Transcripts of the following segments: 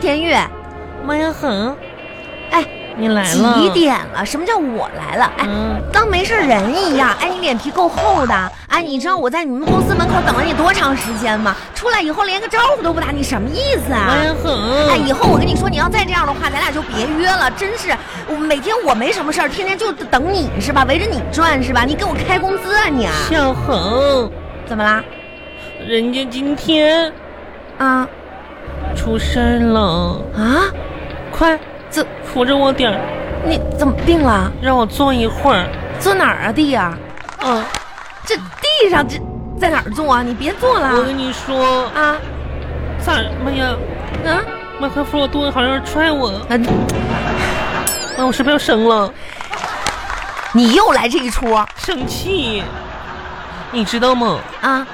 天月，妈呀哼！哎，你来了？几点了？什么叫我来了？哎，嗯，当没事人一样。哎，你脸皮够厚的。哎，你知道我在你们公司门口等了你多长时间吗？出来以后连个招呼都不打，你什么意思啊？妈呀哼！哎，以后我跟你说，你要再这样的话，咱俩就别约了。真是，我每天我没什么事儿，天天就等你是吧？围着你转是吧？你给我开工资啊你啊？小恒，怎么啦？人家今天啊出事儿了，啊，快怎扶着我点儿，你怎么病了？让我坐一会儿。坐哪儿啊弟呀、嗯，这地上这在哪儿坐啊？你别坐我了跟你说，啊咋？妈呀，啊！妈快扶我肚子，好像人踹我。啊妈，我是不是要生了？你又来这一出啊？生气，你知道吗？啊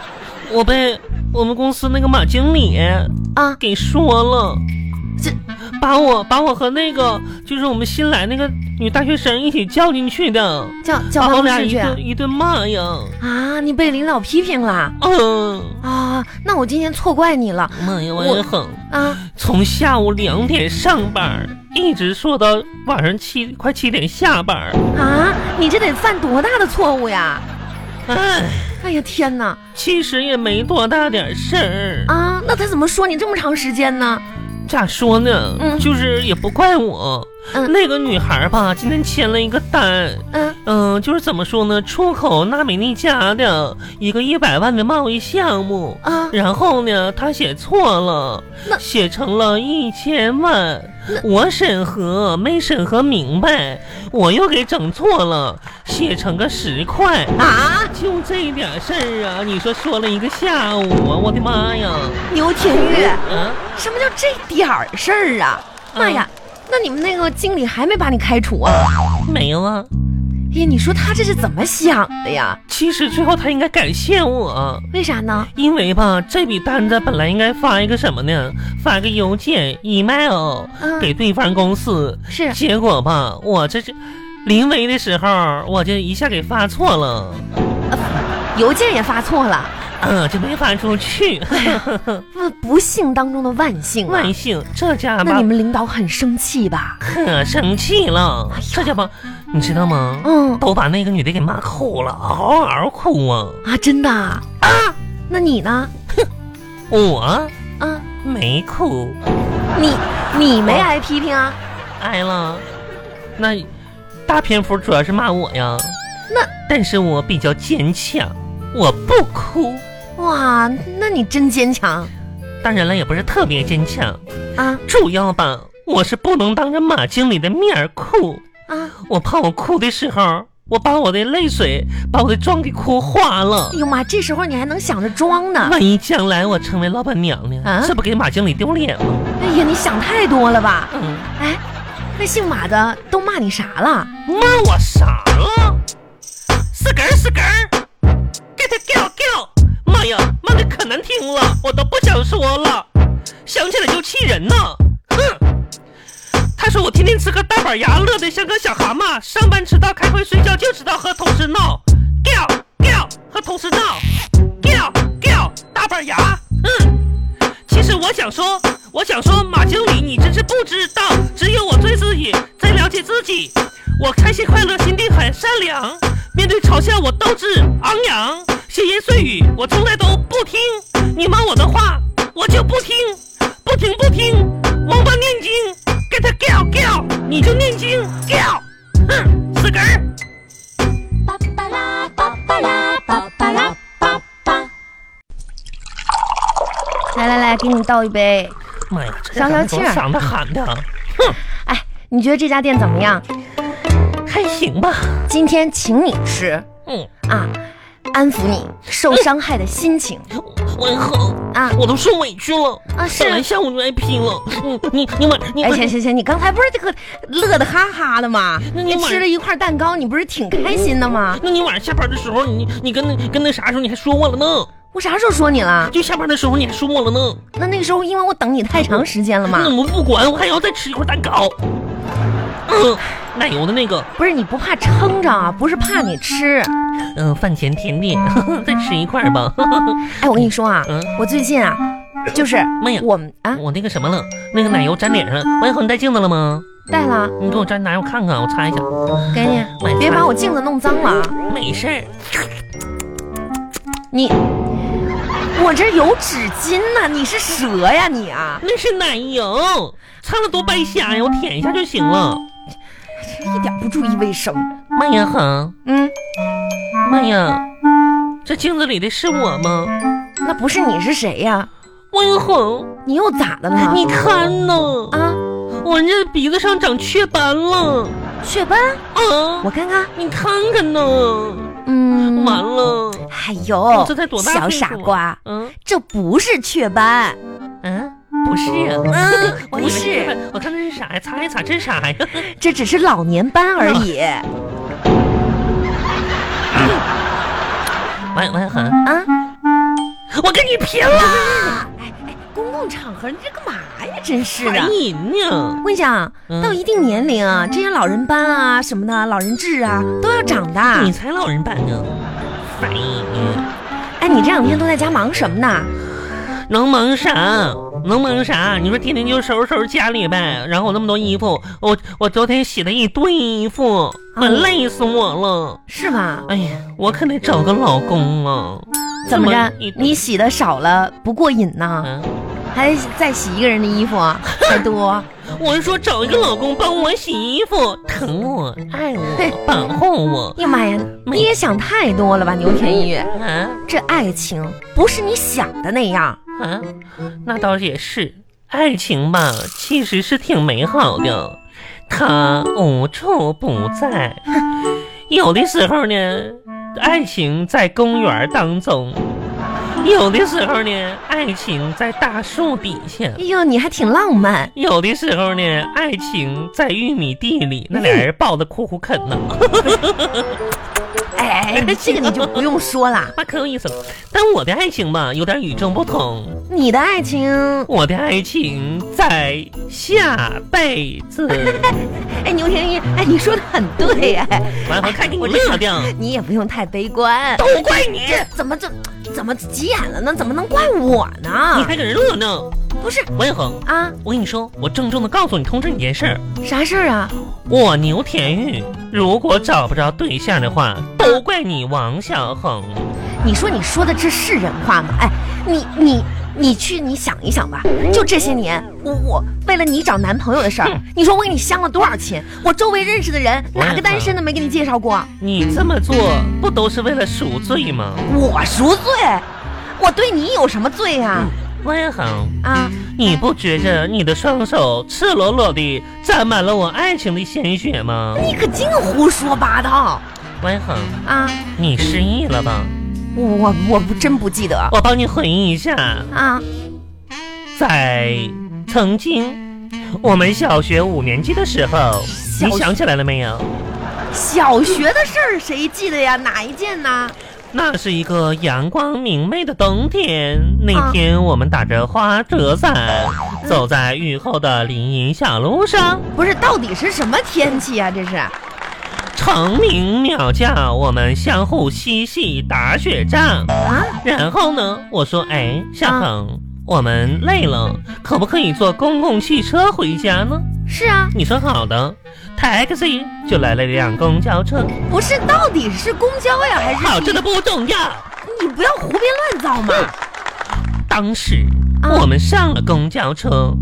我被我们公司那个马经理啊给说了，这把我把我和那个就是我们新来那个女大学生一起叫进去的，叫叫把办我公俩室一去啊顿？一顿骂呀。啊你被领导批评了嗯，啊？那我今天错怪你了妈呀，我我也很，啊！从下午两点上班，一直说到晚上七快七点下班。啊，你这得犯多大的错误呀！哎，哎呀天哪！其实也没多大点事儿，啊，那他怎么说你这么长时间呢？咋说呢？嗯就是也不怪我。嗯那个女孩吧，今天签了一个单，嗯嗯、就是怎么说呢，出口纳美利加的一个一百万的贸易项目，啊，然后呢，他写错了那，写成了一千万。我审核没审核明白，我又给整错了，写成个十块。啊，就这点事儿啊，你说说了一个下午啊，我的妈呀！牛天玉，啊，什么叫这点儿事儿啊？妈呀，那你们那个经理还没把你开除啊？没有啊。哎呀，你说他这是怎么想的呀？其实最后他应该感谢我，啊为啥呢？因为吧，这笔单子本来应该发一个什么呢？发个邮件、email 嗯给对方公司。是结果吧，我这是临危的时候，我这一下给发错了，邮件也发错了，嗯，就没发出去。 不不幸当中的万幸啊万！幸，这家那吧你们领导很生气吧？可生气了，这家吧，你知道吗？嗯都把那个女的给骂哭了，嗷嗷哭啊！啊，真的啊？那你呢？我啊，没哭，你你没我挨批评啊？挨了。哎那大篇幅主要是骂我呀。那但是我比较坚强，我不哭。哇，那你真坚强当然了，也不是特别坚强，啊主要吧，我是不能当着马经理的面儿哭。啊！我怕我哭的时候，我把我的泪水把我的妆给哭花了哎。呦妈，这时候你还能想着装呢？万一将来我成为老板娘呢？啊这不给马经理丢脸吗？哎呀，你想太多了吧？嗯，哎，那姓马的都骂你啥了？骂我啥了？是根儿是根儿，get get get！妈呀，骂的可难听了，我都不想说了，想起来就气人呐！哼，他说我天天吃个大板牙，乐得像个小蛤蟆，上班迟到，开会睡觉就知道和同事闹，get get 和同事闹，get get 大板牙，嗯。其实我想说，我想说，马经理，你真是不知道，只有我对自己最了解自己。我开心快乐，心地很善良，面对嘲笑我斗志昂扬，闲言碎语我从来都不听。你骂我的话，我就不听，不听不听，王八念经，给他 giao 你就念经 giao，哼，死根儿。巴巴拉巴巴拉巴巴拉巴巴。来来来，给你倒一杯。妈呀，这消消气儿嗓子喊的，哎，你觉得这家店怎么样？还行吧，今天请你吃嗯，啊，安抚你受伤害的心情 我也好。啊。我都受委屈了啊是本来下午就挨批了，嗯，你你晚你哎，晚行行行，你刚才不是这个乐得哈哈的吗？那你你晚吃了一块蛋糕，你不是挺开心的吗？那你晚上下班的时候，你你跟那跟那啥时候你还说我了呢？我啥时候说你了？就下班的时候你还说我了呢？那那个时候因为我等你太长时间了你嘛怎。么不管？我还要再吃一块蛋糕。嗯，奶油的那个，不是你不怕撑着啊，不是怕你吃。 嗯、饭前甜点，再吃一块吧。哎，我跟你说啊嗯，我最近啊，就是妈呀我们啊， 我那个什么了，那个奶油沾脸上了。王小红，你带镜子了吗？带了，你给我沾奶油看看，我擦一下。给我你，别把我镜子弄脏了啊。没事儿，你，我这有纸巾呐、你是蛇呀你啊！那是奶油，擦了多白瞎呀，我舔一下就行了。这一点不注意卫生。妈呀，好，嗯，妈呀，这镜子里的是我吗？那不是你是谁呀？王小红，你又咋的了？哎你看呢？啊，我这鼻子上长雀斑了雀斑，啊！我看看。你看看呢，嗯，完。了，哎呦，这才多大小岁数傻瓜，嗯这不是雀斑，嗯，不是啊，嗯，我以不为是，，我看那是啥呀？擦一擦，这是啥 呀？这只是老年斑而已王王小红，啊。我跟你拼了！哎公共场合你这干嘛呀？真是啊的。烦人呢，我跟你讲，嗯哎到一定年龄啊，这些老人斑啊什么的，老人痣啊都要长的。你才老人版呢，烦人！哎，你这两天都在家忙什么呢？能忙啥？能忙啥？你说天天就收拾收拾家里呗，然后那么多衣服，我我昨天洗了一堆衣服，我累死我了。是吗？哎呀，我可得找个老公了。怎么着这一？你洗的少了不过瘾呢，嗯，还再洗一个人的衣服太 多。我是说找一个老公帮我洗衣服，疼我、爱我、保护我。哎呀妈呀，没你也想太多了吧，牛田玉？啊这爱情不是你想的那样。啊，那倒也是，爱情吧，其实是挺美好的，它无处不在。有的时候呢，爱情在公园当中；有的时候呢，爱情在大树底下。哎呦，你还挺浪漫。有的时候呢，爱情在玉米地里，那俩人抱着苦苦啃呢，哎哎哎，你 这个你就不用说了，那可有意思了。但我的爱情吧，有点与众不同。你的爱情。我的爱情在下辈子。哎，牛田玉，哎，你说的很对哎，完了，看给你乐的，你也不用太悲观。都怪你，这怎么这怎么急眼了呢？怎么能怪我你呢？还搁这乐呢。不是王一恒，啊，我跟你说，我郑重的告诉你，通知你件事儿，啥事儿啊？我牛田玉如果找不着对象的话，都怪你王小恒。你说你说的这是人话吗？哎，你你你去你想一想吧，就这些年，我我为了你找男朋友的事儿哼， 你说我给你相了多少亲？我周围认识的人我也哪个单身的没给你介绍过？你这么做不都是为了赎罪吗？我赎罪，我对你有什么罪啊？王一恒。啊，你不觉着你的双手赤裸裸地沾满了我爱情的鲜血吗？你可净胡说八道万恒，啊！你失忆了吧？我我不真不记得我帮你回忆一下，啊，在曾经我们小学五年级的时候，小你想起来了没有？小学的事儿谁记得呀？哪一件呢？那是一个阳光明媚的冬天，那天我们打着花折伞，走在雨后的林荫小路上，不是，到底是什么天气啊？这是虫鸣鸟叫，我们相互嬉戏打雪仗。啊？然后呢，我说，哎，夏恒，我们累了，可不可以坐公共汽车回家呢？是啊，你说好的，taxi 就来了一辆公交车。不是，到底是公交呀还是？好，这都不重要。你不要胡编乱造嘛！当时啊我们上了公交车，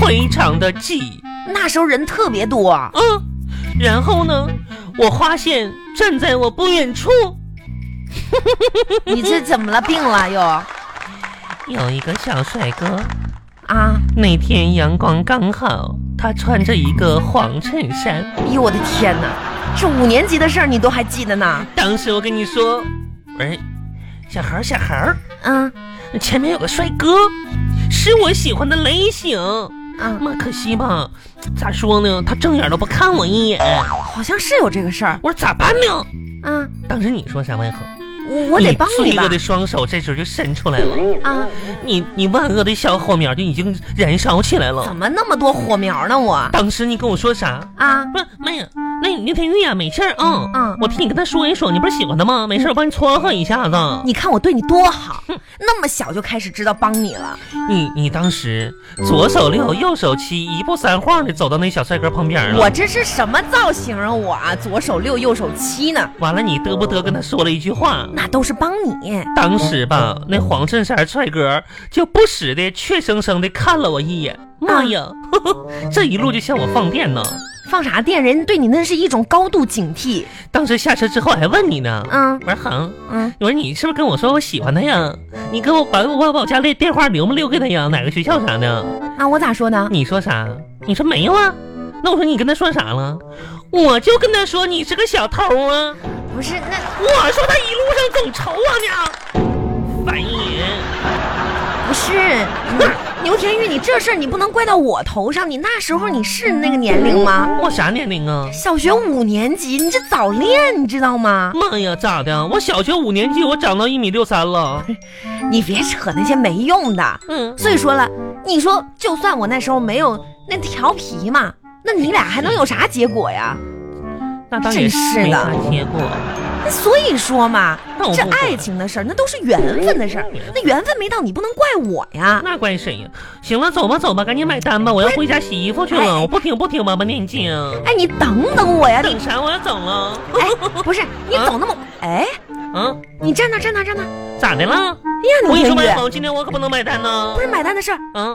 非常的挤，那时候人特别多，嗯，然后呢，我发现站在我不远处你这怎么了？病了又？啊？有一个小帅哥。啊那天阳光刚好，他穿着一个黄衬衫。哎呦我的天哪！是五年级的事儿，你都还记得呢？当时我跟你说，喂，小孩儿，小孩儿，嗯前面有个帅哥，是我喜欢的类型。嗯，妈，可惜吧，咋说呢？他正眼都不看我一眼。好像是有这个事儿。我说咋办呢？嗯，当时你说啥，万恒？我我得帮你你罪吧恶。的双手这时候就伸出来了，啊，你你万恶的小火苗就已经燃烧起来了怎。么那么多火苗呢？我当时你跟我说啥？啊，不是，妈呀，那刘天玉呀、没事儿啊，嗯我替你跟他说一说，你不是喜欢他吗？没事儿，我帮你撮合一下子。你看我对你多好，那么小就开始知道帮你了，你你当时左手六，右手七，一步三晃的走到那小帅哥旁边了。我这是啊什么造型啊？我啊，左手六，右手七呢，完了，你嘚不嘚跟他说了一句话。那都是帮你。当时吧，那黄衬衫帅哥就不时的怯生生的看了我一眼。妈呀，呵呵这一路就向我放电呢。放啥电？人对你那是一种高度警惕。当时下车之后还问你呢，嗯我说恒，嗯，我说你是不是跟我说我喜欢他呀？你给我把我把我家的电话留没留给他呀？哪个学校啥的？那我咋说呢？你说啥？你说没有啊？那我说你跟他说啥了？我就跟他说你是个小偷啊！不是，那我说他一路上总瞅我呢，烦人。不是牛田玉，你这事儿你不能怪到我头上。你那时候你是那个年龄吗？我啥年龄啊？小学五年级，你这早恋，你知道吗？妈呀，咋的？我小学五年级，我长到一米六 三了。你别扯那些没用的。嗯，所以说了，你说就算我那时候没有那调皮嘛，那你俩还能有啥结果呀？那当然真是的没啥结果。所以说嘛那我，不这管爱情的事儿，那都是缘分的事儿。那缘分没到，你不能怪我呀。那怪谁呀？行了，走吧走吧，赶紧买单吧，我要回家洗衣服去 了。哎我不听不听妈妈念 经。哎，你等等我呀，你等啥？我要走了。哎，不是你啊走那么哎，啊，你站那儿站那儿站那儿。咋的了？哎呀，我跟你牛天说，白宇，萌，今天我可不能买单呢不。是买单的事儿。啊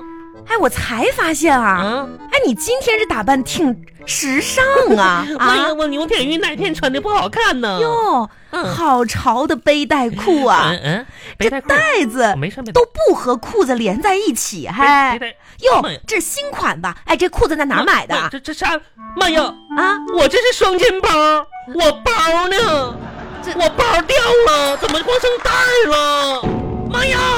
哎，我才发现啊，啊！哎，你今天这打扮挺时尚 啊妈呀，啊！我牛天玉哪天穿的不好看呢？哟，嗯好潮的背带裤啊嗯，嗯，这别带裤，带子我没事没事都不和裤子连在一起，别还带。哎哎哟妈呀，这是新款吧？哎，这裤子在哪儿买的妈啊？这这啥？妈呀！啊，我这是双肩包，我包呢这？我包掉了，怎么光剩袋儿了？妈呀！